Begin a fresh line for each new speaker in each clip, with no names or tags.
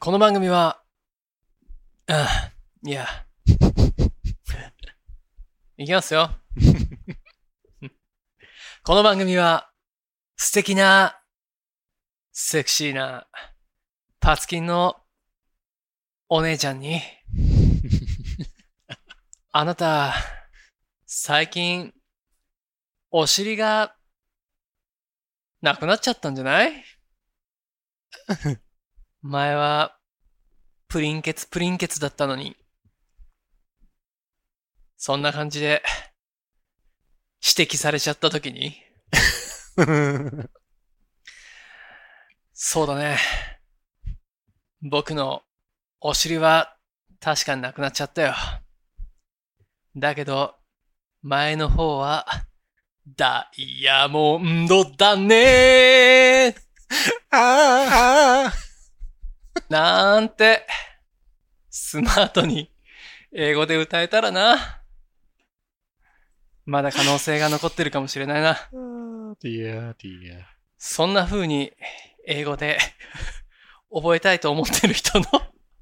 この番組は、あいや。 いきますよ。 この番組は、素敵な、セクシーな、パツキンの、お姉ちゃんに、 あなた、最近、お尻が、なくなっちゃったんじゃない前は、プリンケツプリンケツだったのに。そんな感じで、指摘されちゃった時に、そうだね。僕のお尻は確かになくなっちゃったよ。だけど、前の方は、ダイヤモンドだねー
ああ
なんて、スマートに英語で歌えたらな。まだ可能性が残ってるかもしれないな。
Dear, dear.
そんな風に英語で覚えたいと思ってる人の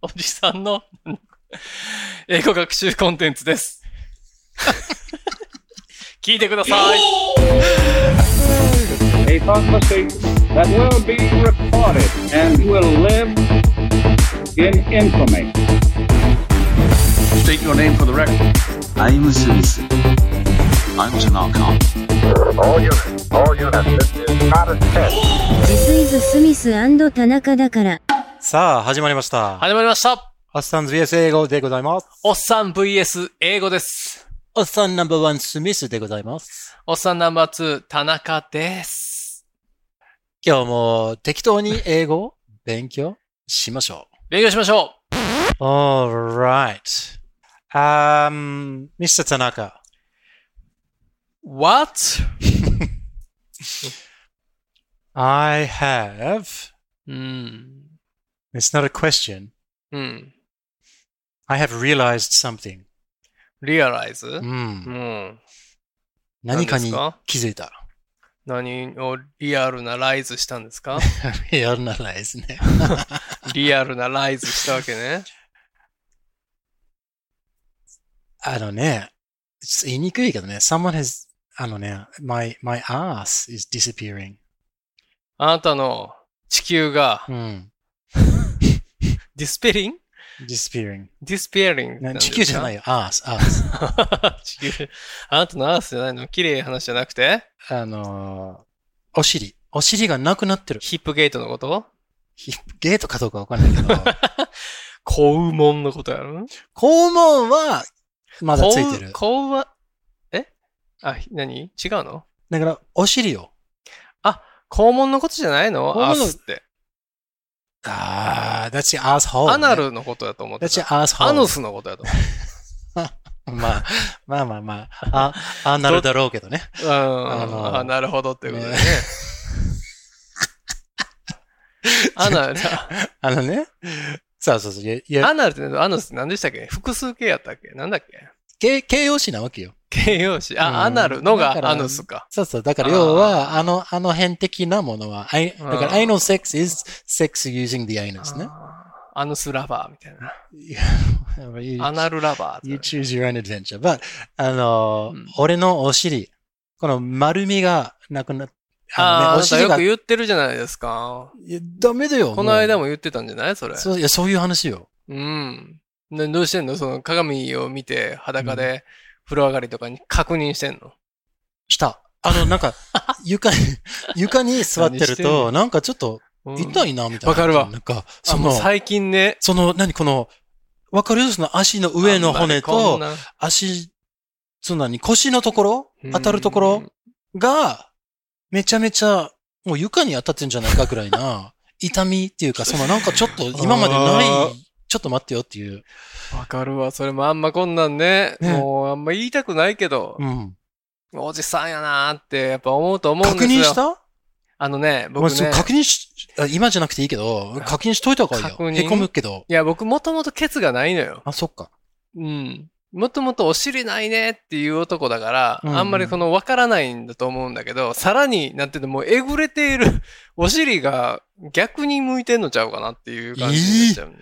おじさんの英語学習コンテンツです。 聞いてください。
a prophecy that will be recorded and will live in infamy.
State your name for the record.
I'm Smith. I'm Tanaka.
All units, all units, this is not a test.
This is Smith 田中だから。
さあ、始まりました。
始まりました。
ハッサンズ VS 英語でございます。
おっさん VS 英語です。
おっさんナンバーワンスミスでございます。
おっさんナンバー2、田中です。
今日も適当に英語を勉強しましょ
勉強しましょう。
う。Alright. Um, Mr. Tanaka,
What?
I have,
うん。
it's not a question,
うん。
I have realized something. Hmm.
realize?
うん
うん。
何か
何で
に
すか
気づいた。
何をリアルなライズしたんです か
やらないですね。
リアルなライズしたわけね。
あのね、ちょっと言いにくいけどね、someone has, あのね、my, my ass is disappearing.
あなたの地球が
うん。
ディスペリン
disappearing.
ディスペリン
な地球じゃない
い。
よ、ass, ass.
地球。あなたのアースじゃないの綺麗な話じゃなくて
あのー、お尻。お尻がなくなってる。
ヒップゲートのこと
ヒップゲートかどうかわかんな いけど、
肛門のことやろ
肛門はまだついてる。
肛門は、えあ、ひ何違うの
だから、お尻を。
肛門のことじゃないの
肛門の
アースって。
あー、that's your asshole.
アナルのことだと思って
That's your
た。
asshole.
アノスのことだと思って
まあ、まあまあまあ、あ、アナルだろうけどね。
た。うん。
あの
あ、なるほどってことだよね。アナ ル、
あのね。そうそうそう。いやいや
アナルってアノスって何でしたっけ複数形やったっけなんだっけ
形形容詞なわけよ。
形容詞。あ、
うん
アナルの
だか
が
ら
アノスか。
そうそう。だから
あー
要は、あの、あの辺的なものは、I- だか
あー
ら anal sex is sex using the anus ね。
あーアノスラバーみたいな。
You,
アナルラバー
you
って。
choose your own adventure. But, あの
う
ー、
ん
俺のお尻、この丸みがなくなっ
ああ、
の
あ
ねお
なた
尻
よ
が
く、言ってるじゃないですか。
いやダメだよ。
この間
も
も言ってたんじゃないそれ
う。そういやそういう話よ。
うん。などうしてんのその鏡を見て裸で風呂上がりとかに確認してんの
した。あの、なん か、床に、床に座ってる
何してんの
と、なんかちょっと
うん
痛いな、みたいな。
わかるわ
なん
あ、
か、そ
もう
の、
最近ね。
その、何この、わかるその足の上の骨
あん
と、
まりこんな
足、そんなに腰のところ当たるところが、めちゃめちゃ、もう床に当たってんじゃないかぐら いな、痛みっていうか、そのなんかちょっと今まで
あ
な
ー
い、ちょっと待ってよっていう。
わかるわ。それもあんまこんなんね。
ね
もうあんま言いたくないけど
う、ん。
おじさんやなーってやっぱ思うと思うんです
確
よ。
認した
あのね、
まあ
僕
そう
ね。
確認し、あ今じゃなくていいけど、確認しといた方がいい
確
よ。
認
へこむけど。
いや、僕もともとケツがないのよ。
あ、そっか。
うん。もともとお尻ないねっていう男だから、
うんうん
あんまりその分からないんだと思うんだけど、さらになっててもうえぐれている お尻が逆に向いてんのちゃうかなっていう感じになっちゃうね、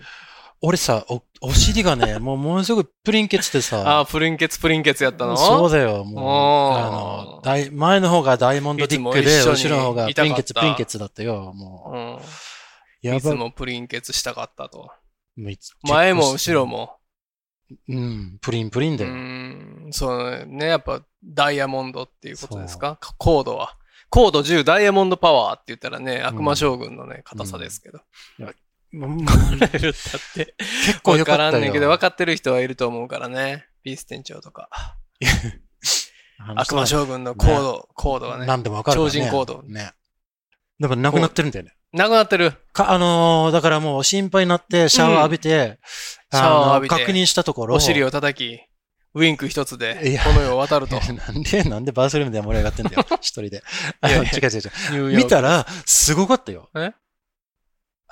俺さ、お、お尻がね、もうものすごいプリンケツで
あ
さ、
あ、プリンケツプリンケツやったの
そうだよ、
お
もう。
ー
あの、大前の方がダイモンドディック
いつも
で、
一緒に
後ろの方が
い
プ
たか
リ
った
ンケツ、プリンケツだったよ、もう。
うん。
や
いつ
ばい。も
もプリンケツしたかったと。
ういつ
前も後ろ。も。
うん、プリンプリン
う
だよ。
ん。そうね。やっぱダイヤモンドっていうことですかコードは。コード10ダイヤモンドパワーって言ったらね、悪魔将軍のね、硬さですけど。
うん
だって。
結構
わ
良
か
かったよ。
らんねんけど、分かってる人はいると思うからね。ビース店長とか。
あの
悪魔将軍のコード、コードがね。
何でもわかるからね。
超人行動
ね。だからなくなってるんだよね。
なくなってる。
か、あのーだからもう心配になって、シャワー浴びて、
うん
あの
シャワー浴びて
確認したところ。
お尻を叩き、ウインク一つで、
いや
この世を渡ると。
なんで、なんでバースルームで盛り上がって んだよ、一人で。あの
いやいや
違う違
ニュ
う
ーヨー
違う。
ク
見たら、すごかったよ。
え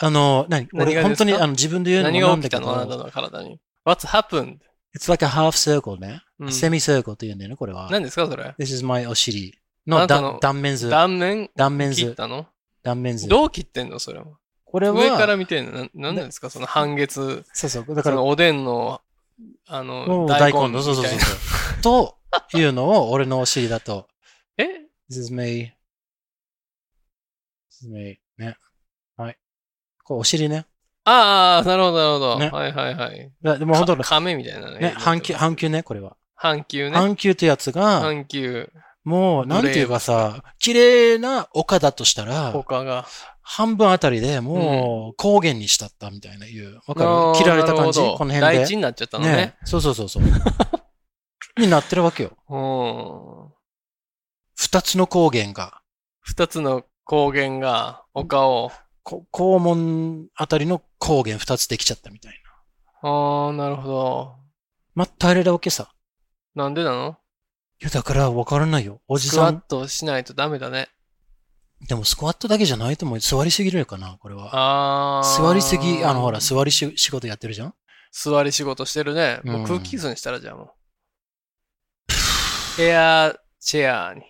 あの、何
何がです
俺、
か
本当にあの自分で言うの
何
もな
が
ん
起
だ
き
け
たのあなた
ど、
の体に。What's happened?
It's like a half circle ね。
うん
セミサークルというんだよね、これは。
何ですかそれ
This is my お尻
あ
の
なたの
断断面図。
断面
断面
切っ
図。
たの
断面図。
どう切ってんのそれは。
これは、
上から見てんのな何なんですかその半月、
そうそう、だ
そ
から
のおでんの、あ
も
の、
う
大
大
根
根
みた
の、
い
そうそうそう
な。
そう。というのを俺のお尻だと。
え
This is me. This is me. ね。はい。これお尻ね。
ああ、なるほど、なる
ね
ほど。はいはいはい。
だでも本当だ
か亀みたいなね。
ね、半球、半。球ね、これは。
半球ね。
半球ってやつが、
半球。
もう、なんていうかさ、綺麗な丘だとしたら、
他が。
半分あたりでもう高原にしたったみたいないう。わ
あ
か
ー
る切られた感じ
なるほど
この辺
第
で
一。になっちゃったのね。。
そうそうそうそう。 になってるわけよ。
うん。
二つの高原が、
二つの高原が、丘を。
こ肛門あたりの高原二つできちゃったみたいな。
ああ、なるほど。
まあ、耐えれるわけさ。
なんでなの
いや、だからわからないよ。おじ
スクワ
さ
ッ
ん。
トしないとダメだね。
でもスクワットだけじゃないと思う。座りすぎるのかな、これは。
ああ。
座りすぎ、あの、ほら、座りし仕事やってるじゃん
座り仕事してるね。もううん空気椅子にしたらじゃあもう。エアーチェアに。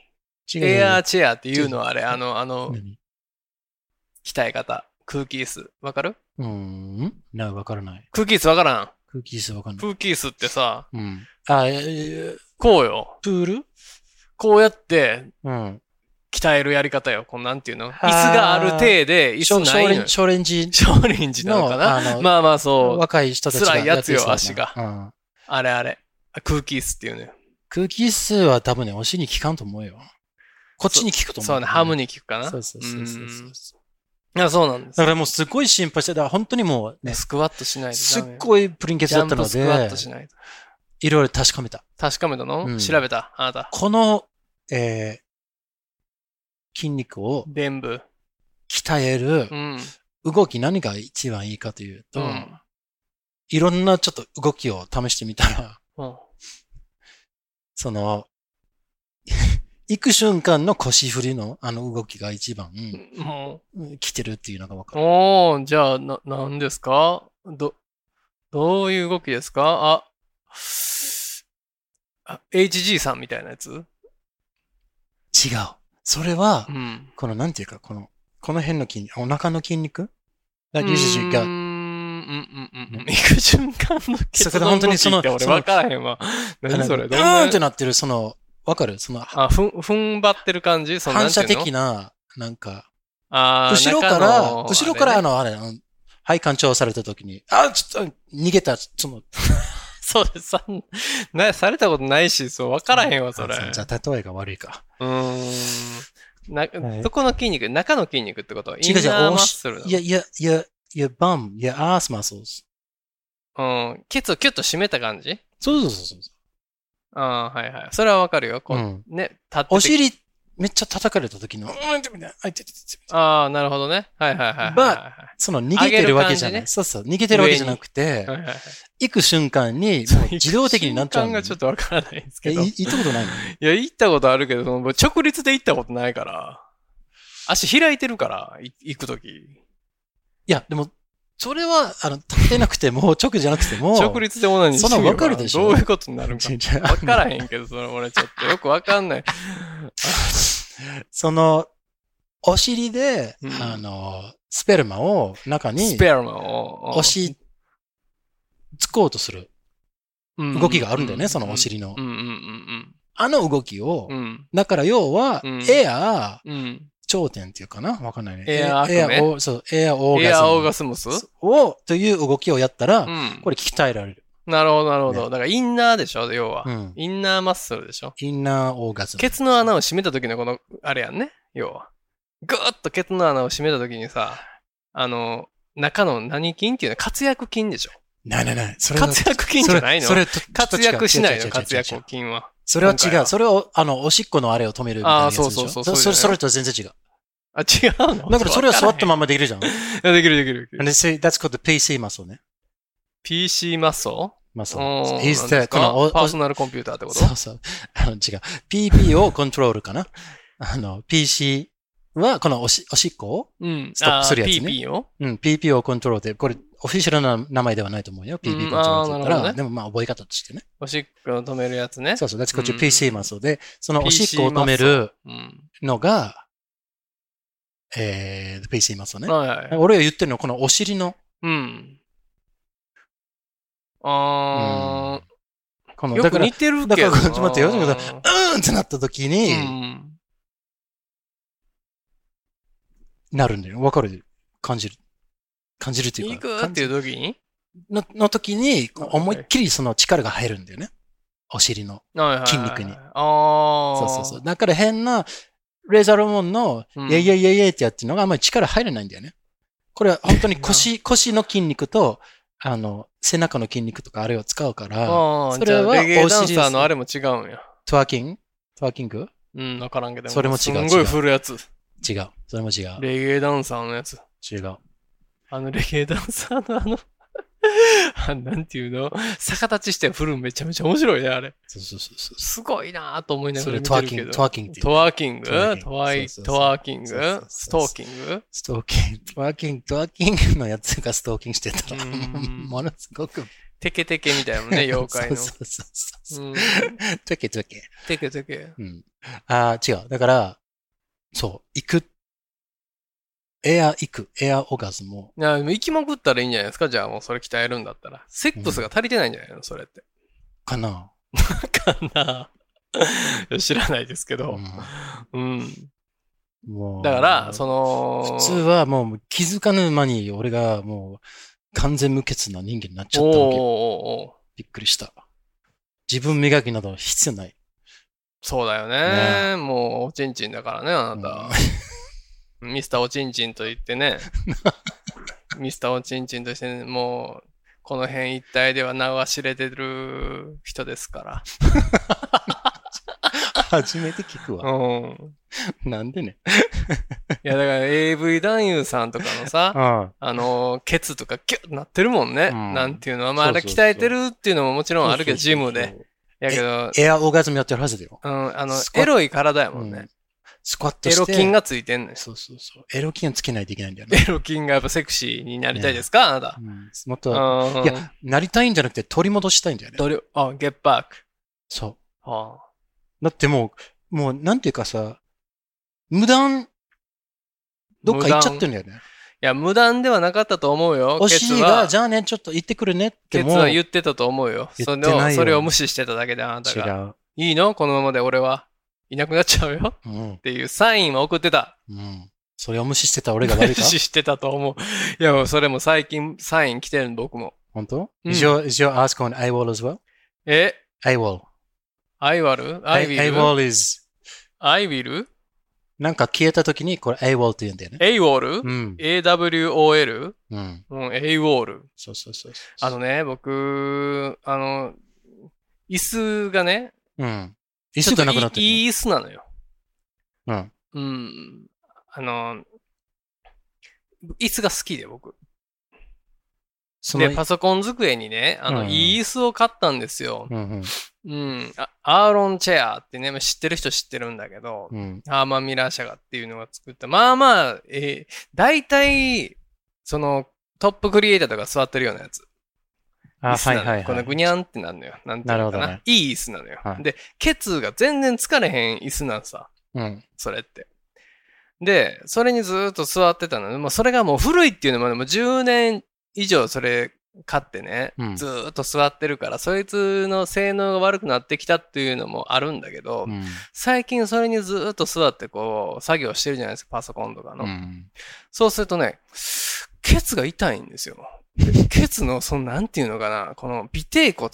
違う違う。
エアーチェアっていうのはあれ、あの、あの、
何
鍛え方。空気椅子。わかる
うーん。な、わからない。
空気椅子わからん。
空気椅子わかんない。
空気椅子ってさ、
うん。あ、えー
こうよ。
プール
こうやって
うん。
鍛えるやり方よ。こうなんていうの椅子がある体で、椅子ないのよ。
少林寺
少林寺なのかな
あの、
まあまあそう。
若い人たちが
辛いやつよ
ってそうな
足が
うん。
あれあれ。あ空気椅子っていうのよ。
空気椅子は多分ね、お尻に効かんと思うよ。こっちに効くと思う。
そうね、ハムに効くかな。
そうそうそうそうそう
うんいや、そうなんです
だ。からもうすごい心配して、だから本当にもうね、
スクワットしないと
す
ダ
っ
メよ。
ごいプリンケツ
ジャ
だっ
ン
たの
プスクワッ
で
ト、しないと。
いろいろ確かめた。
確かめたの、
うん
調べたあなた。
この、えー筋肉を
全部。
鍛える
うん。
動き何が一番いいかというと、
うん
いろんなちょっと動きを試してみたら、
うん。
その、 行く瞬間の腰振りのあの動きが一番、
も
来てるっていうのが分か
う、
る。
おー、じゃあ、な、何ですかど、どういう動きですかあ、あ HG さんみたいなやつ
違う。それは
う、ん。
この、なんていうか、この、この辺の筋肉、お腹の筋肉が、リュウジ
うーん、う
が、
ん、うん、 うん。行く瞬間の結
それ本当にその
俺
その
分からへんわ。何それ
う
どん
ー
なん
ってなってる、その、わかるその、
あ、ふん、踏ん張ってる感じその
反射
なんてい
的
うの
な、なんか、
あー
後ろか
中
ら、
の
後ろから、
あ
あ
れね
の、あれ、あのはい、干潮された時に、あ、ちょっと、逃げた、その、
それさ、な、されたことないし、そう、わからへんわ、それ。
あじゃあ、例えが悪いか。
うーん。な、
はい
どこの筋肉中の筋肉ってことイ
違
ン
う違う
ナーマッスル
いや、いや、いや、いや、バン、いや、アースマッソーズ。
の。うん。ケツをキュッと締めた感じ
そうそうそうそう。
ああ、はいはい。それはわかるよ。こう、
うん
ね、立ってて。
お尻、めっちゃ叩かれた時の、うん、ってみたいな、あいてててて
ああ、なるほどね。はいはいはいはいは
その逃げてるわけじゃな
上げる感じ
い。
ね
そうそう、逃げてるわけじゃなくて
い。、はいはいはい
行く瞬 間に、もう自動的になっちゃ
瞬
う
間
の。
がちょっとわからないです
え、
け
い
ど。い
行ったことないの
や、行ったことあるけど、その直立で行ったことないから。足開いてるから、い行くとき。
いや、でも、それは、あの、立てなくても、 直じゃなくても、
直立でオナニーしてみれば
そんなんわかるでしょ
どういうことになるか。
ちょ
わからへんけど、それ俺ちょっとよくわかんない。
その、お尻で、
うん
あの、スペルマを中
ス
に
ペアマンを。
押し、つこうとする
うん
動きがあるんだよね、そのお。尻の
う。んうんうん
あの動きを
うん。う、ん
だから要は
うん、
エアー
うん。
頂点っていうかなわかんないね。
エアー
エア
アークね
エアを、そう、エアーオーガズム。
エアオーガスモス
を、という動きをやったら、
うん。
これ鍛えられる。
なるほど、なるほど。
ね
だからインナーでしょ、要は。
うん。
インナーマッスルでしょ。
インナーオーガズム。
ケツの穴を閉めた時のこの、あれやんね、要は。ぐーっとケツの穴を閉めた時にさ、あの、中の何筋っていうのは活躍筋でしょ。
ないないない。それは
活躍筋じゃないの
それ、それと
活躍しない
違う
の、
違う違う違う
活躍筋は。
それは
今回
違
は
う。それを、あの、おしっこのあれを止めるみたいなやつでしょ。
あーそうそうそう
そ
そうじゃ
そ
ない
れそれとは全然違う。
あ、違うの
だからそれは座った
ま。
まんまできるじ ゃ
い
ん。
やできるできるできる。
And say, that's called the PC muscle ね。
PC マッソ
マッソ。
うん。なん
is
です
the,
か
この、おお
パーソナルコンピューターってこと
そうそう。あの、違う。PP をコントロールかな。あの、PC は、このおし、おしっこを
うん。
ストップするやつね
あー PP を
うん、PP をコントロールで、これ、オフィシャルな名前ではないと思うよ。PP コントロールって言った
うんあーなるほど
ら、
ね
でもまあ覚え方としてね。
おしっこを止めるやつね。
そうそう。that's
う
called
ん
PC muscle で、そのおしっこを
PC マ
止
ッ
め
ソ
る
うん。
のが、えー、PC muscle ね。
はいはい。
俺が言ってるのはこのお尻の、
うん。あ
この、
ー、よ
だ
く
から、う
似てるけどな。
だからちょっと待ってよちょっと待ーんってなった時に
うん。
なるんだよ。わかる感じる。感じるってい
いう
か。
くーっていう時に
感じの、の時に、
はい
思いっきりその力が入るんだよね。お尻の。
はいはいはい
筋肉に
ああ。
そうそうそう。だから変な、レーザーロモンの、
うん
イェイイェイイェイイェイってやってるのがあんまり力入らないんだよね。これは本当に腰、腰の筋肉と、あの、背中の筋肉とかあれを使うから、
ああ、
それは
じゃあレゲエダ
お
ン
尻
サ
で
ー
す
のあれも違うんや。
トワーキングトワーキング
うん、わからんけど。
それも違う
すんご
違
いう振るやつ。
違う。それも違う。
レゲエダンサーのやつ。
違う。
あの、レゲエダンサーのあの あ、なんていうの逆立ちして振るんめちゃめちゃ面白いね、あれ。
そうそうそうそう。
すごいなぁと思いな
そ
がら
れ
見
トワ
てる
ーキ
け
ング、
ど。
トワーキングっていう
トワーキング
トワーキング
トワイ
そうそう
ト
そう
ワーキング
そうそうそう
ストーキング
ストーキン グ、トワーキング、トワーキングのやつがストーキングしてたら、
う
も
ん
う ものすごく。
テケテケみたいなもん ね、 妖怪の。
そうそうそうそう。
うん
トゥケトゥケ。
テケテケ。
うん。ああ、違う。だから、そう、行く。エア行く。エアオーガズムを。
いや、でも行きまくったらいいんじゃないですかじゃあもうそれ鍛えるんだったら。セックスが足りてないんじゃないのそれって。
かな。
かないや 知らないですけ
う
ど。
ん
うん。
もう
だから、その、
普通はもう気づかぬ間に俺がもう完全無欠な人間になっちゃったわ
おー
けよ。
おーおー
びっくりした。自分磨きなど必要ない。
そうだよね。もう、おちんちんだからね、あなた。ミスターおちんちんと言って ね。ミスターおちんちんとして、もう、この辺一帯では名は知れてる人ですか
初めて聞く
ら。
わ。
うん。
なんでね。
いや、だから AV 男優さんとかの さ、
あ
あの、ケツとかキュッなってるもんね。
うん
なんていうのは、まあ、あれ
そうそうそう
鍛えてるっていうのももちろんあるけど、ジムで。。やけど、
エアオーガズムやってるはずだよ。
うん、あの
ス、クワ
エロい体やも
うんん
ね。
スクワット
エ
して。
ロ筋。がついてんのよ。
そうそうそう。エロ筋をつけないといけないんだよね。
エロ筋がやっぱセクシーになりたいですかあなた
う。んもっと、
うん
いや、なりたいんじゃなくて取り戻したいんだよね。
どれ、あ、ゲットバック。
そ
あ
う。だってもう、もうなんていうかさ、無断、どっか行っちゃってるんだよね。
いや、無断ではなかったと思うよ。
お
ケツ
尻
は
が、、じゃあね、ちょっと行ってくるねっ
ケ
て
ツ
もう
は言ってたと思うよ。
言
そ
って
れ
ない
を、
よ
それを無視してただけであなた
違
が。
う。
いいのこのままで俺は。いなくなっちゃう よ。っ
うん。
ていうサインは送ってた。
うん。それを無視してた俺が悪
無
いか
視してたと思う。いや、それも最近サイン来てるの、僕も。
本当
うん
?Is your, is your ass called an eye wall as well?
え
Eye wall.
アイワルアイ
Eye
ビ
eye
ル
wall is
アイビル
なんか消えた時にこれ A wall って言うんだよね。
エイウォル
うん。
?AWOL?
うん。
うん、エイウォル。
そうそうそうそう。
あのね、僕、あの、椅子がね、
うん。椅子がなく
ちょ
なって
っといい
る
いい椅子なのよ。
の。うん。
うん。あの、椅子が好きで僕。
その
で、、パソコン机にね、あの、
うん
いい椅子を買ったんですよ。
うんうん。
うん。あアーロンチェアってね、まあ知ってる人知ってるんだけど、
うん。
アーマーミラー社がっていうのが作った。まあまあ、えー、大体、その、トップクリエイターとか座ってるようなやつ。
あ、
椅子
は
ないの
はい
こ
は
の
い。
ぐにゃんってなるのよ。なんていう
なるほ
のかな。
どね
いい椅子なのよ。
はい
で、ケツが全然疲れへん椅子なんさ、
うん。
それって。で、それにずーっと座ってたので、もうそれがもう古いっていうのも、もう10年以上それ買ってね、
うん
ずーっと座ってるから、そいつの性能が悪くなってきたっていうのもあるんだけど、
うん。
最近それにずーっと座ってこう、作業してるじゃないですか、パソコンとかの。
うん。
そうするとね、ケツが痛いんですよ。ケツの、その、なんていうのかな、この尾低骨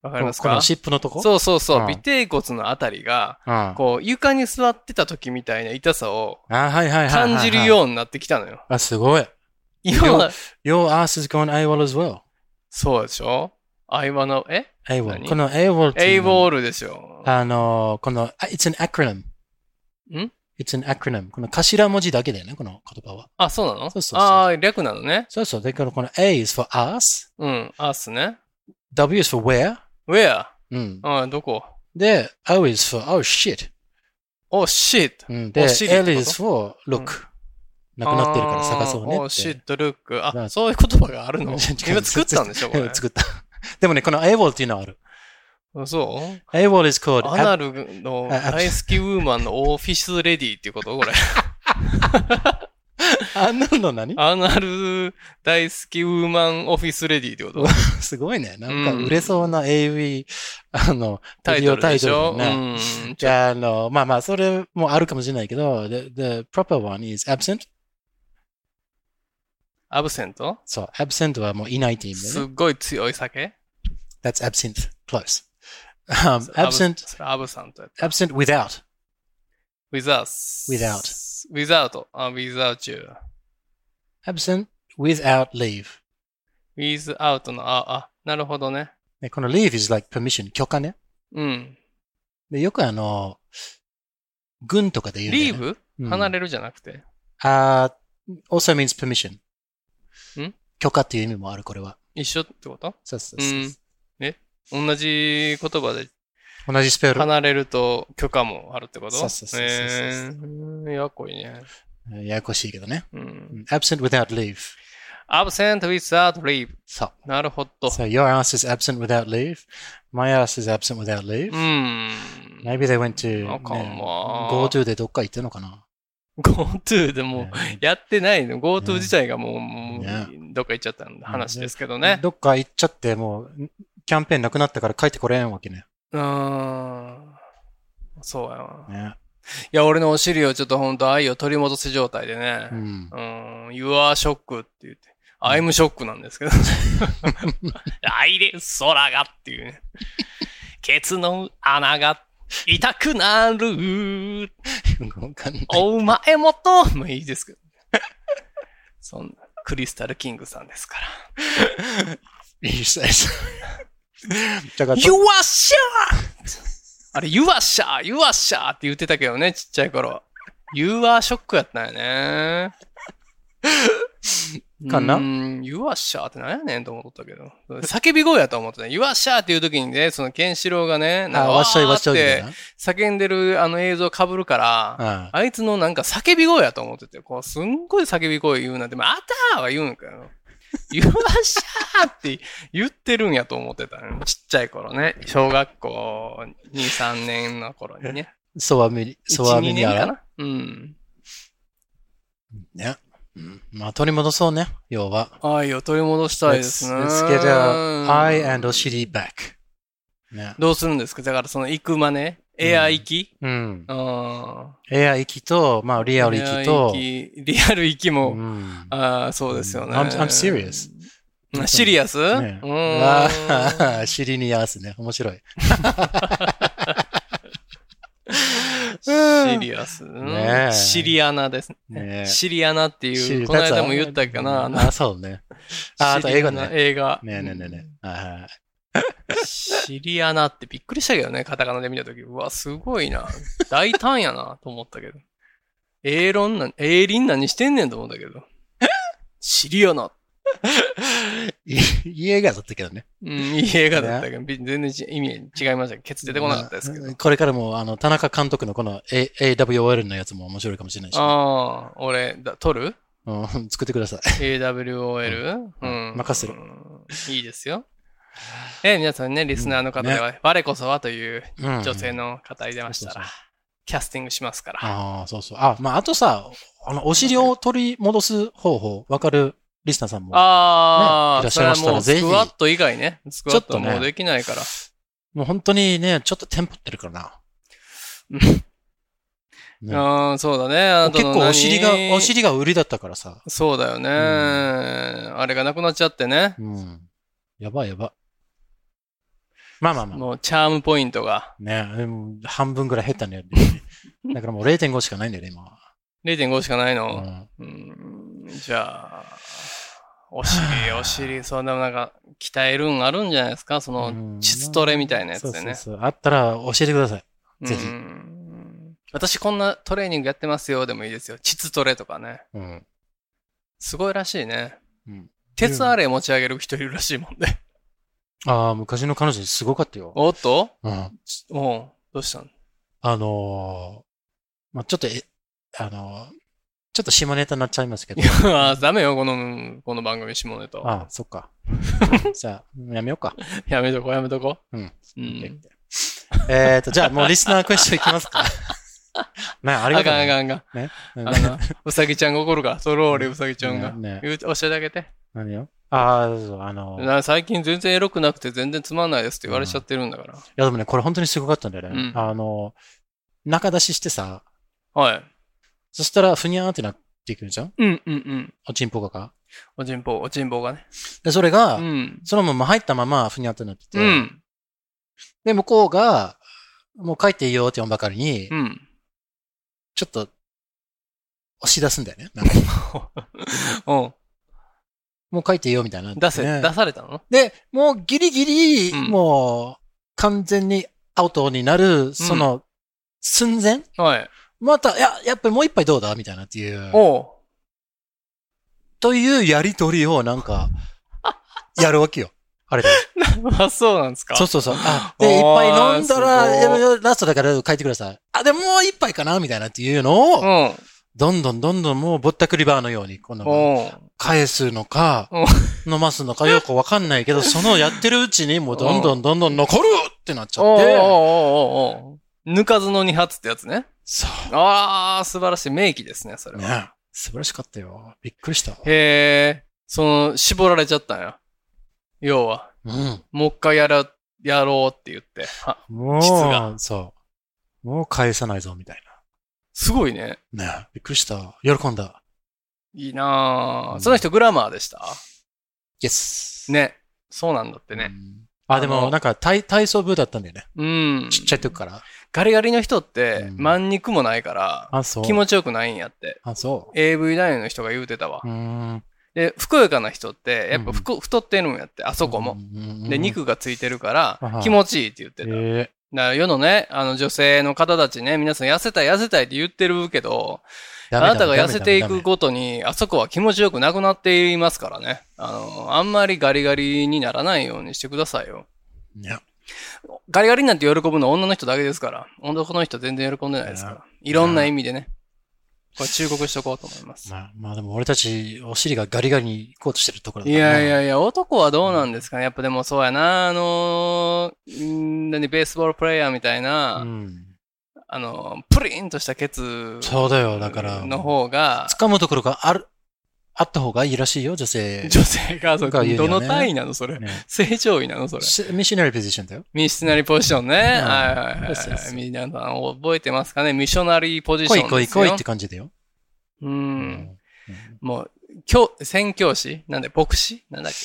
わかります
この
か
シップのとこ
そうそうそう、
うん
尾低骨のあたりが、
あ
こう、床に座ってた時みたいな痛さを
あ、はいはいはいはいはい。
感じるようになってきたのよ。
あ、すごい。
今は、
Your ass is going AWOL as well.
そうでしょ合間の、え
AWOL。
何
この AWOL ってい
?A
うの
ボールでしょ。
あの、この、あ It's an acronym.
ん
?It's an acronym. この頭文字だけだよね、この言葉は。
あ、そうなの
そうそうそう
ああ、略なのね。
そうそう。で、このこの A is for us,
うん、あっすね。
W is for where,
Where?
うん。
うん、どこ
で、O is for oh shit.
?Oh, shit!
うん、
お
で、
尻ってこと
L is for look. なくなってるから探そうね
あーお
っ
ーシ
て
ッ。トルック。
まあ
あ、そういう言葉がある の今作ったんでしょこれ。
作った。でもね、この AWOL っていうのはある。
そ
AWOL is
う
called
アナルの
ああ
大好きウーマンのオフィスレディっていうことこれ。
あんなの何
アナル大好きウーマンオフィスレディってこと
すごいね。なんか売れそうな AV、あの、
タイトルでしょ、
ビデオタイトルだね
うん。
じゃあ、あの、まあまあ、それもあるかもしれないけど、the, the proper one is absent.
アブセント
そう、absent はもういないって意味
す
だ
っ
ね。
ごい強い酒
That's absent, close. Um, absent,
それアブさんとやった。
absent without.
with us.
Without.
without. あ、without you.
absent without leave.
without の、あ、あ、なるほどね。
ねこの leave is like permission, 許可ね。
うん。
で、よくあの、軍とかで言うんだ
リ
よね。
ーブ、
うん
離れるじゃなくて。
あー also means permission.
ん
許可っていう意味もある、これは。
一緒ってこと
そうそうそう
うん同じ言葉で
同じスペル。
離れると許可もあるってこと
そうそうそうそうそう
えーやっこいいね。
ややこしいけどね。
うん。
absent without leave.
absent without leave.
そう。
なるほど。
So your ass is absent without leave. My ass is absent without
う
leave.
ん。
Maybe they went to
あかん
ね
わ
GoTo でどっか行ったのかな
GoTo でもう
ね
やってないの。GoTo 自体がもう、もう
ね
どっか行っちゃったんだ話ですけどね。
どっか行っちゃって、もう、キャンペーンなくなったから帰ってこれんわけね。
うーん。そうやな。
ね
いや、俺のお尻をちょっとほんと愛を取り戻す状態でね
う。ん
う。ーん、You are shock って言って、I'm shock なんですけ ど。愛で空がっていうね。ケツの穴が痛くなる。
わかんない。
お前もと。もういいですけど。そんな、クリスタルキングさんですから。
いいサイ ズ。だから
You are sure! あれ、You are sure! You are sure! って言ってたけどね、ちっちゃい頃。You are shock やったんやね。
かな
うーん、You are sure って何やねんと思っとったけど。叫び声やと思ってね。You are sure っていう時にね、そのケンシロウがね、なん
あ、
か
わっしょいわ
わ
っ
ーっ
しょいみたい
て
な。
叫んでるあの映像被るから、
あ
あいつのなんか叫び声やと思ってて、こう、すんごい叫び声言うなんて、まあ、あたーは言うんかよ。言わしゃーって言ってるんやと思ってたね。ちっちゃい頃ね。小学校2、3年の頃に ね。
ソワミリ、ソワ
1、
ミ
2
リ
年
ア
か
ラ。
な。うん。
ね。うんまあ、取り戻そうね、要は。
愛を取り戻したいですね。
Let's, let's get our eye and our shitty back. ね。
どうするんですかだからその行くまね。エア行き、
うん。
うん、
エア行きと、まあ、リアル行きと。
エア行きリアル行きも。
うん
ああ、そうですよね。
I'm, I'm serious.
あシリアス、
ね
う
あ
ーん。
ー尻に合わすね。面白い。
シリアス。
ねえ
シリアナです
ねえ
ね。シリアナってい
尻
う、この間も言ったかな。あの
あ、そうね。あ、あと英語ね。
シリアナ映画。
ねえねえねえねえ。あ
シリアナってびっくりしたけどね、カタカナで見たとき。うわ、すごいな。大胆やな、と思ったけど。エーロンな、エーリン何してんねんと思ったけ ど。シリアナ。
い いい映画だったけどね。
うん、いい映画だったけど、び全然ち意味違いましたけど、ケツ出てこなかったですけど。
これからも、あの、田中監督のこの A- AWOL のやつも面白いかもしれないしね。
ああ、俺、だ撮る
うん、作ってください。
AWOL? うん。
任せろ
うん。いいですよ。えー皆さんね、リスナーの方では、我こそはという
うん
女性の方い出ましたら、
そう
キャスティングしますから。
ああ、そうそう。あ、まあ、あとさ、あの、お尻を取り戻す方法、わかるリスナーさんも。
ああ、
ねいらっし
そ
ゃ
れ
い
は
ました
も
ら
うス
ぜひ
クワット以外ね。スクワッ
ちょ
ト
っとね
もうできないから。
もう本当にね、ちょっとテンポってるからな。ね
うん、そうだね。あなた
結
の
構お尻が
何、
お尻が売りだったからさ。
そうだよね、あれがなくなっちゃってね。
うん。やばいやばい。まあまあまあ。
もうチャームポイントが
ね、でも半分ぐらい減ったんだよね。 だからもう0.5しかないんだよね、今は。
0.5しかないうの。
ん
うん、じゃあ、お尻、お尻、そんななんか、鍛えるんあるんじゃないですかそ
うん
の、膣トレみたいなやつでね。
そうそうそう。あったら教えてください。そうぜひ
うん私こんなトレーニングやってますよでもいいですよ。膣トレとかね。
うん。
すごいらしいね。
うん
鉄アレイ持ち上げる人いるらしいもんね。
ああ、昔の彼女すごかったよ。
おっと
うん。
おうどうしたの
あのーまあ、ちょっとえ、あのーちょっと下ネタになっちゃいますけど。
あーダメよ、この、この番組下ネタは。
ああ、そっ か。じゃあ、やめようか。
やめとこう、やめとこう。
うん。
う
オッケーオ
ん
ッ。ケーえっと、じゃあもうリスナークエスチョンいき ますか。ね、あ
あ
り
か
が
んあ
とう、
かん
ね。
あかん。
うん
あの、うさぎちゃんが怒るから、それ俺うさぎちゃんが。
ねね
言う教えてあげて。
何よああ、そうあのー、い
な最近全然エロくなくて全然つまんないですって言われちゃってるんだから。
やでもね、これ本当にすごかったんだよね。
うん
あのー、中出ししてさ、
はい。
そしたら、ふにゃーってなっていくんじゃん
うんうんうん。
おちんぽがか。
おちんぽ、おちんぽがね。
で、それが、
うん。
そのまま入ったまま、ふにゃーってなってて、
うん。
で、向こうが、もう帰っていいよって呼んばかりに、
うん。
ちょっと、押し出すんだよね。 なんか
うん。
もう書いていいよみたいな、
出せ、出されたの
で、もうギリギリ、
うん
もう、完全にアウトになる、その、寸前、
はい。
また、いや、やっぱりもう一杯どうだみたいなっていう、
おう。
というやりとりをな んか、やるわけよ。あれで。
あ、 そうなんですか
そうそうそう。 あで、一
おー
杯飲んだら、
すごい
いやラストだから書いてください。あ、でもう一杯かなみたいなっていうのを、
うん。
どんどんどんどんもうぼったくりバーのように、この、
おう。
返すのか
うん、
飲ますのかよくわかんない けど、そのやってるうちにもうどんどんどんどん残るってなっちゃ
おうおうお
っ
うお
て。
うおう抜かずの二発ってやつね。
そ。
ああ、素晴らしい。名機ですね、そうれは。
ね素晴らしかったよ。びっくりした。
へえ、その、絞られちゃったんや。要は、
うん。
もう一回やら、やろうって言って。あ
も
質が
う、そう。もう返さないぞ、みたい
すごいね。
な。ねびっくりした。喜んだ。
いいな
う
あ
ん
その人グラマーでした
イエス。
ね。そうなんだって
う
ね。
ん。あ、で
あ
も
の
なんか体体操部だったんだよね。
うん。
ちっちゃい時から。
ガリガリの人って、
うん
万肉もないから、
あ、そう。
気持ちよくないんやって。
あ、そ
AV 男優の人が言うてたわ
う。う。ーん。
で、ふくよかな人って、やっぱ
うん
ふく、太ってるんやって、あそこも。
も
で、。肉がついてるから
あは、い
気持ちいいって言って
え
た。
ー
だから世のね、あの女性の方たちね、皆さん痩せたい痩せたいって言ってるけど、あ
ダメ
なたが
ダメ
痩せてい
ダメ
くごとに、あそこは気持ちよくなくなっていますからね。あの、あんまりガリガリにならないようにしてくださいよ。
ね
ガリガリなんて喜ぶのは女の人だけですから、男の人全然喜んでないですから。いろんな意味でね。これ忠告しとこうと思います。
まあ、まあでも俺たち、お尻がガリガリに行こうとしてるところだ
いやいやいや、男はどうなんですかねやっぱでもそうやな、あのー、んー何、ベースボールプレイヤーみたいな、
うん。
あの、プリンとしたケツ
そうだよ、だから。
の方が、
掴むところがある、あった方がいいらしいよ、女性。
女性が、そう
が言うよ
ど
ね
の単位なのそれ。
ね。
成長位なのそれ。
しミッショナリーポジションだよ。
ミッショナリーポジションね。はい
うん
はいは
そうそう
い。
そう
皆さん覚えてますかねミッショナリーポジション
来
で
い
すよ。
来い来いって感じだよ。
う。。
うん
もう、教、宣教師なんだ牧師なんだっけ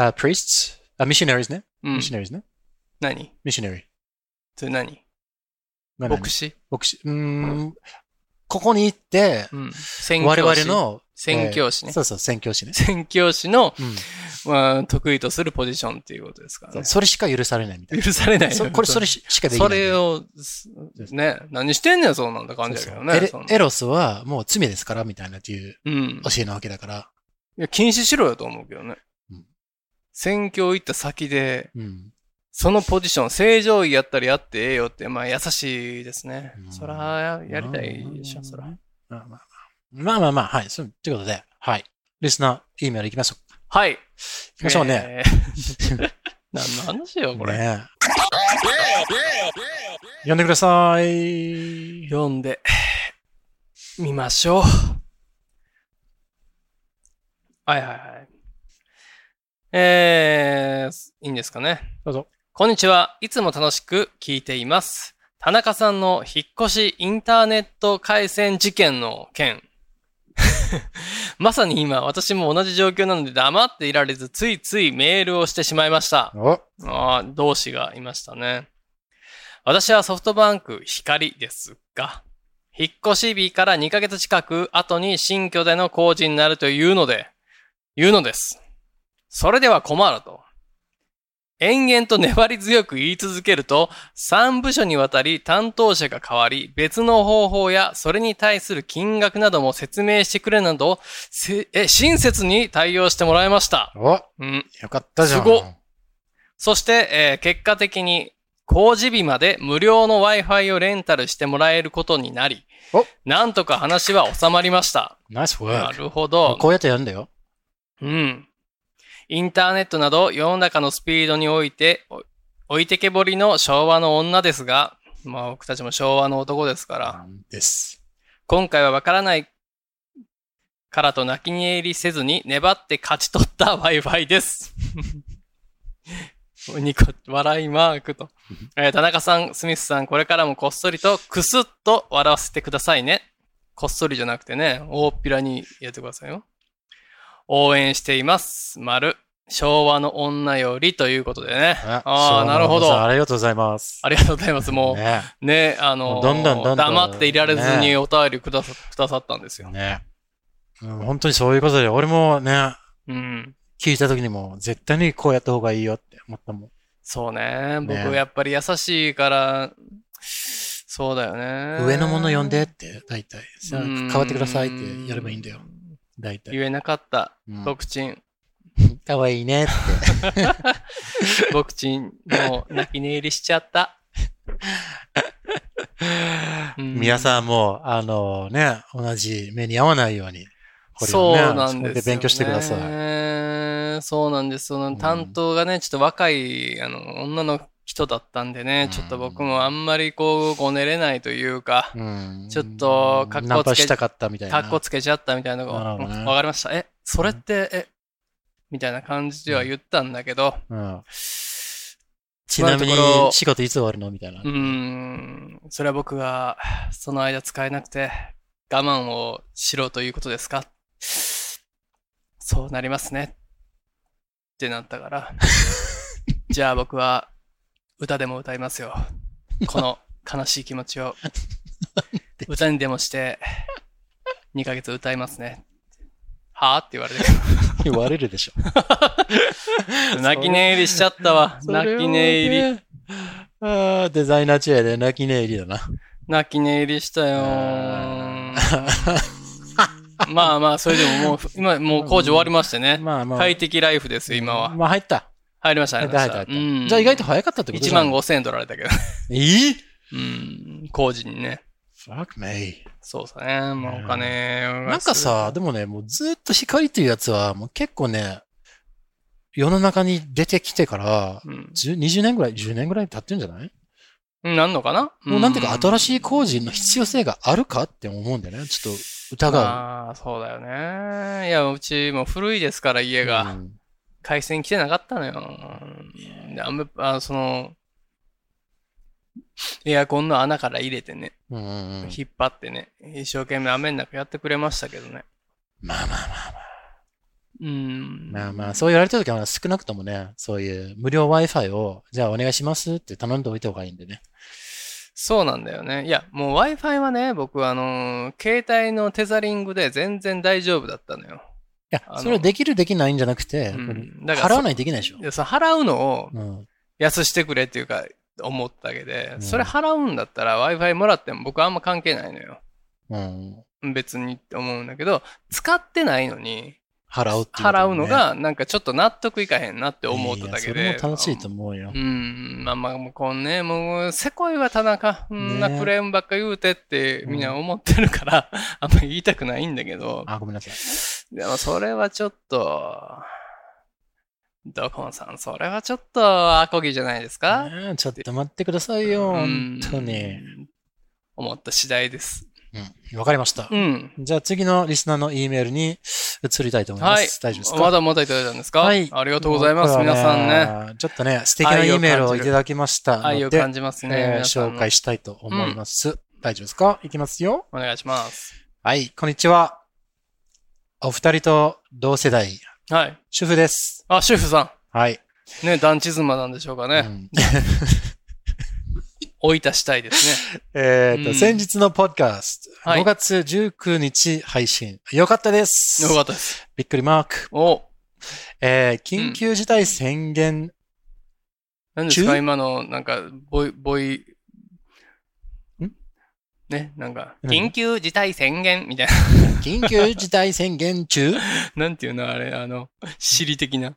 あ、プリストあ、ミッショナリーズね。
う
ミ
ん
ッ。ショナリーズね。
何
ミッショナリー。
それ何
何々
牧師
牧師。うーん。ここに行って、
うん。宣教師。
我々の、
宣教師
えー
ね。
そうそう、宣教師ね。
宣教師の、
う
まあ、得意とするポジションっていうことですからね
ん。。それしか許されないみたい
許されない
な。
よ
そこれ、それしかできない。
それを、すね、何してんねん、そうなんだ
そ
感
う
じだ
そ
けど
う、
ね。
エレ
そんな
エロスはもう罪ですから、みたいなっていう
うん。
教えなわけだから。
いや、禁止しろよと思うけどね
うん。
選挙行った先で、
うん。
そのポジション、正常位やったらやってええよって、まあ優しいですね
う。ん
そら、やりたいでしょ、そら。
まあまあまあまあまあまあ、はい。そうということで、はい。リスナー、E メールいきましょ
はい。
行きましょうね
えー。 何の話よ、
う。
これ。
ねえ。呼んでください。
読んでみましょう。はいはいはい。えー、いいんですかね。
どうぞ。
こんにちは。いつも楽しく聞いています。田中さんの引っ越しインターネット回線事件の件。 まさに今、私も同じ状況なので黙っていられず、ついついメールをしてしまいました。
お
ああ、同志がいましたね。私はソフトバンク光ですが、引っ越し日から2ヶ月近く後に新居での工事になるというので、言うのです。それでは困ると。延々と粘り強く言い続けると、3部署にわたり担当者が変わり、別の方法やそれに対する金額なども説明してくれなど、せえ親切に対応してもらいました。
およ
うん、
かったじゃん。
すごっそして、えー結果的に工事日まで無料の Wi-Fi をレンタルしてもらえることになり
お、
なんとか話は収まりました。
ナイスワ
な
ーク。
るほど。
こうやってやるんだよ。
うん。インターネットなど世の中のスピードにおいて、お置いてけぼりの昭和の女ですが、まあ僕たちも昭和の男ですから、
です。
今回はわからないからと泣き寝入りせずに粘って勝ち取った Wi-Fi です。 ニコ、笑いマークと。えー田中さん、スミスさん、これからもこっそりとクスッと笑わせてくださいね。こっそりじゃなくてね、大っぴらにやってくださいよ。応援しています。丸。昭和の女よりということでね。ああ、なるほ
そ
ど。
うんです
あ
ありがとうございます。
りがとうございます。もう、
ね
ね、あのー
どんどんどんどん
黙っていられずに
ね
お便りくださ,、くださったんですよ。
ねうん本当にそういうことで、俺もね、
うん。
聞いた時にも、絶対にこうやった方がいいよって思ったもん。
そうね。僕、
ね
やっぱり優しいから、そうだよね。
上のもの呼んでって、大体。さあ、
うん
変わってくださいってやればいいんだよ。。大体。
言えなかった。
うん
僕ちん。
かわいい ねって。
僕ちん、もう泣き寝入りしちゃ った。うん
皆さんも、あのね、同じ目に合わないように、これ
そ
を
う
ね
なんですよ、ね。
それで勉強してください。
い。そうなんです。その
ん
担当がね、ちょっと若いあの女の人だったんでね、
うん
ちょっと僕もあんまりこう、ごねれないというか、
うん
ちょっと格好つけ
ナンパしたかったみたいな。
かっこつけちゃったみたいなのが、
なるほどね
わかりました。え、それって、え、みたいな感じでは言ったんだけど、
うんちなみに
今のところ、
仕事いつ終わるのみたいな
う。ん、それは僕がその間使えなくて我慢をしろということですかそうなりますね。ってなったから。 じゃあ僕は歌でも歌いますよ。この悲しい気持ちを。歌にでもして2ヶ月歌いますね。はぁって言われて。
言われるでしょ。
泣き寝入りしちゃったわ。 泣き寝入り。
り。ああ、デザイナーチェアで泣き寝入りだな。
泣き寝入りしたよー。まあまあ、それでももう、今、もう工事終わりましてね。
まあまあ。
快適ライフですよ、今は。
まあ入った。
入りました、入
入っ
りま
た入
し
った入
た。
った。じゃあ意外と早かったってこと
1万5千円取られたけど。
えー
うん、工事にね。
?fuck me.
そうですね。もうお金は
なんかさ、、でもね、もうずっと光っていうやつは、もう結構ね、世の中に出てきてから、
うん、
10 20年ぐらい、10年ぐらい経ってるんじゃない
なんのかな
もうなんていうか、新しい
事
工事の必要性があるかって思うんだよね。ちょっと疑う。
ああ、そうだよね。いや、うちもう古いですから、家が。
うん
回線来てなかったのよ。であんま、あその、エアコンの穴から入れてね、
うんうんうん
引っ張ってね、一生懸命雨の中やってくれましたけどね。
まあまあ
うん。
まあまあ、そう言われた時は少なくともね、そういう無料 Wi-Fi を、じゃあお願いしますって頼んでおいた方がいいんでね。
そうなんだよね。いや、もう Wi-Fi はね、僕、あのー、携帯のテザリングで全然大丈夫だったのよ。
いや
あ、の
それはできるできないんじゃなくて、
うんだから
払わないといけないでしょ
い。や、その払うのを
うん。
安してくれっていうか、思ったわけで
う、ん
それ払うんだったら Wi-Fi もらっても僕あんま関係ないのよ。
うん。
別にって思うんだけど、使ってないのに、
払うっていうことね、
払うのが、なんかちょっと納得いかへんなって思うとだけ
いや
で。
それも楽しいと思うよ
う。ん、まあまあ、もうこんね、もう、せこいわ、田中。うんな
ね
クレームばっか言うてって、みんな思ってるから、あんまり言いたくないんだけど、
あ、ごめんなさい。
でもそれはちょっと、ドコンさん、それはちょっと、アコギじゃないですか、
ねえちょっと待ってくださいよ、
うん
本当に。。
思った次第です。
うん、わかりました
う。ん。
じゃあ次のリスナーの E メールに移りたいと思いま
はい
す。。大丈夫ですか
まだまだいただいたんですか
はい
ありがとうございます、皆さんね。
ね。ちょっとね、素敵な E メールをいただきました
愛
の
を
で、
感じますね。
えー
皆さんの
紹介したいと思います。大丈夫ですかいきますよ。
お願いします。
はい、こんにちは。お二人と同世代、
はい。
主婦です。
あ、主婦さ
はい。
ん。ね、団地妻なんでしょうか
う
ね。
ん
追い足したいですね。
えーと、
うん
先日のポッドキャスト、
はい
5月19日配信。よかったです。
よかったです。
びっくりマーク。
お
えー緊急事態宣言、
何ですか
中
今の、なんか、ボイ、ボイ、
ん
ね、なんか、
何
緊急事態宣言みたいな。
緊急事態宣言中
なんていうのあれ、あの、尻的な。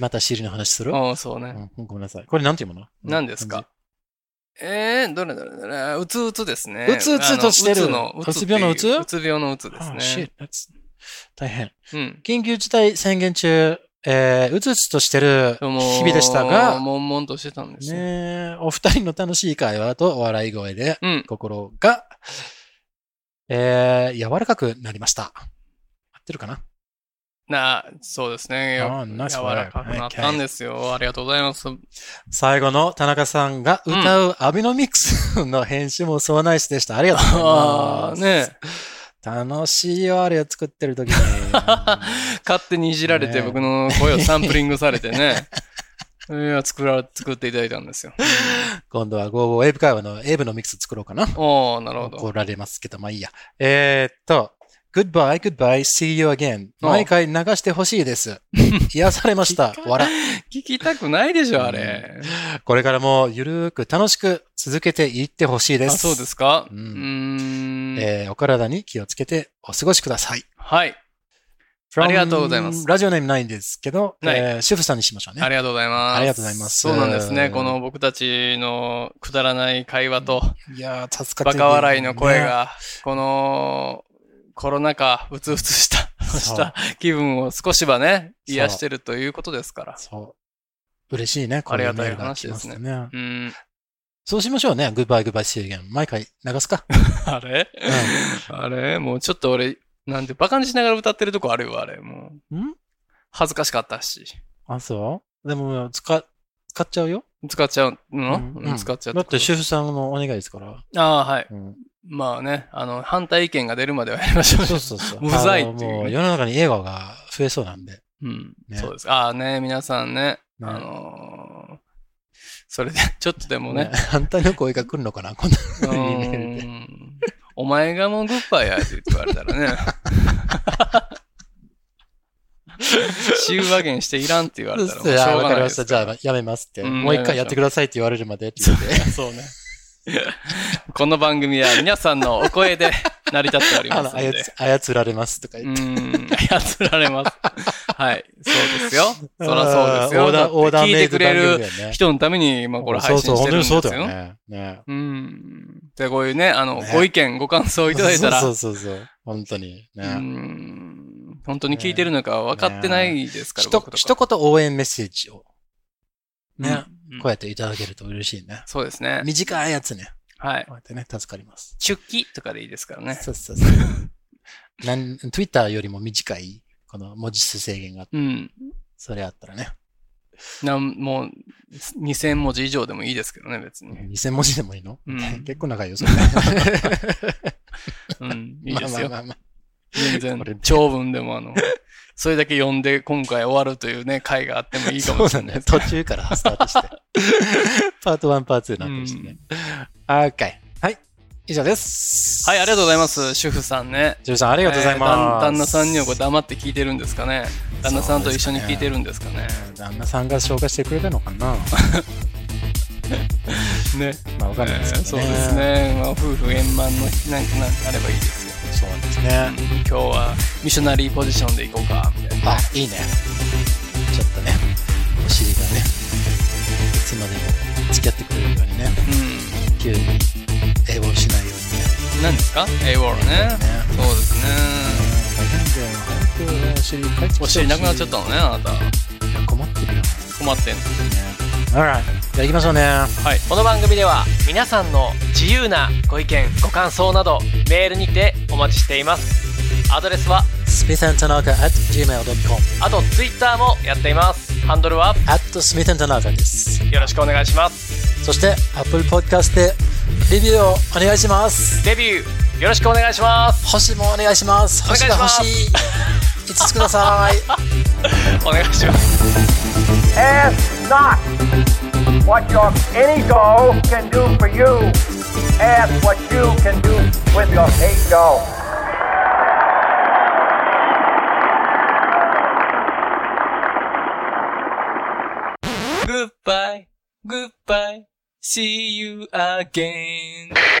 また尻の話する、
うん、そうね。
うんごめんなさい。これなんていうもの
何ですかえー、どれどれどれ、うつうつですね。
うつうつとして
あ
る
のうつの、
うつ病のう
って
つ
いううつ病のうつで
感じ
す
あ shit,
ね。
that's- 大変。
うん。
緊急事態宣言中、えーうつうつとしてる日
もう
々でしたが、
悶々としてたんですよ。
ねえお二人の楽しい会話と笑い声で
うん。
心が、えー柔らかくなりました。合ってるかな
なあ、そうですね。
あ
や
あ
柔
nice
らかくなったんですよ。ありがとうございます。
最後の田中さんが歌うアベノミクスの編集もそうないしでした。ありがとうござい
あ
ま
あ、
す。
ねえ
楽しいよ、あれを作って る時に。
勝手にいじられ
ね
て
え
僕の声をサンプリングされて ね。いや作ら、作っていただいたんですよ。
今度はゴーゴーエイブ会話のエイブのミックス作ろうかな。
おー、なるほど
怒。られますけど、まあいいや。えーっと、Goodbye, goodbye, see you again. 毎回流してほしい です。癒されました。笑。
聞きたくないでしょ、あれ。
これからもゆるーく楽しく続けていってほしいで
あ、
す。
そうですかう
う
ー
ん
ん。
えーお体に気をつけてお過ごしください。
はい。ありがとうございます
ラジオネームないんですけど、
ない
えー主婦さんにしましょうね。
ありがとうございます。
ありがとうございます
そうなんですね。この僕たちのくだらない会話と、
いやー、助か
バ
ってる
カ
ね
笑いの声。が、このコロナ禍、うつうつした、
そう
した気分を少しはね、
そう
癒してるということですから。
そう。嬉しいね、これ
ありがたい話ですね
ね。
うん、
そうしましょうね。Goodbye, goodbye, see you again. 毎回 流すか。
あれ、
う
あれもうちょっと俺、なんてバカにしながら歌ってるとこあるよ、あれ。もう。
ん
恥ずかしかったし。
あ、そうでも、使、使っちゃうよ。
使っちゃうの、
うん
うん使っちゃう
だって、主婦さんのお願いですから。
ああ、はい。
うん、
まあね、あの、反対意見が出るまではやりましょう。
そうそうそう。
うざいっていう
あのもう世の中に笑顔が増えそうなんで。
うん、
ね
そうです。ああね、皆さんね、
ね
あのーそれで、 ちょっとでもね、
反対の声が来るのかな、こんな。
うーんお前がもうグッバイやって言われたらね。週和減していらんって言われたらもうしょう
あ
が
わか
ないで
りまし
す
た。じゃあ、やめますって。
うん
もう一回やってくださいって言われるまでって言って。
そうね。この番組は皆さんのお声で成り立っており
あ
ます
の
ので。
操操られますとか
う
言って。
ーん、操られます。はい、そうですよ。そらそうですよ。
オーダー、オー
だっ
ダ
て
ー
聞い
メ
て
イ
く
ド
れ
番組だよ
る
ね。
人のために、まあこれ配信してるんですよ。
そうそう、本当にそうだよね。ね
うん。で、こういうね、あの、
ね
ご意見、ご感想をいただいたら、
そうそうそうそう。本当に。
うー
ね。
ん本当に聞いてるのか分かってないですから、
ひと
僕とか
一言応援メッセージを、ね、
うん
こうやっていただけると嬉しいね。
そうですね。
短いやつね。
はい
こ。うやってね、助かります。
出記とかでいいですからね。
そうそうそう。なん、Twitter よりも短い、この文字数制限が、
うん。
それあったらね。
なんもう、2000文字以上でもいいですけどね、別に。
2000文字でもいいの、
うん
結構長いよ、それ。い
うん。いいですよ。
まあまあまあまあ
全然
これ。
長文でも、あの、それだけ読んで今回終わるというね、回があってもいいか
そ
も
う
し
だ
れない
ね
で。す
途中からスタート して。パート1、パート2なんてしてね。OK。はい。以上です。
はい、ありがとうございます。。主婦さんね。
ジョージさん、ありがとうございます。
えー旦旦那さんにはこれ黙って聞いてるんですかね。旦那さんと一緒に聞いてるんですかね。
旦那さんが紹介してくれたのか な
ね。
まあ、わかんないですけどね。
そうです。ね、まあ、夫婦円満の日なんかなんかあればいいですよ
そうなんですね。
今日はミッショナリーポジションで行こうかみたい
あ、いいね。ちょっとね、お尻がね、いつまでも付き合ってくれるようにね、
う
急に英語をしないよう
ん。
にね。
何ですか ?A ウォールね。そうですね。
そうだよ。早くねお尻帰ってきてほしい
お尻なくなっちゃったのね、あなた。
困ってるよ。
困ってんの。
Alright。じゃあ行きましょうね。
はい、この番組では皆さんの自由なご意見ご感想などメールにてお待ちしていますアドレスは
smithandtanaka at gmail.com
あとツイッターもやっていますハンドルは
at smithandtanaka です。
よろしくお願いします
そして、Apple Podcast でレビューをお願いします。
デビューよろしくお願いします
星もお願いします。
お願いし
星が
ま
欲
す
しい。5つ ください。
お願いします
Ask not what your any doll can do for you. Ask what you can do with your eight doll.
Goodbye Goodbye See you again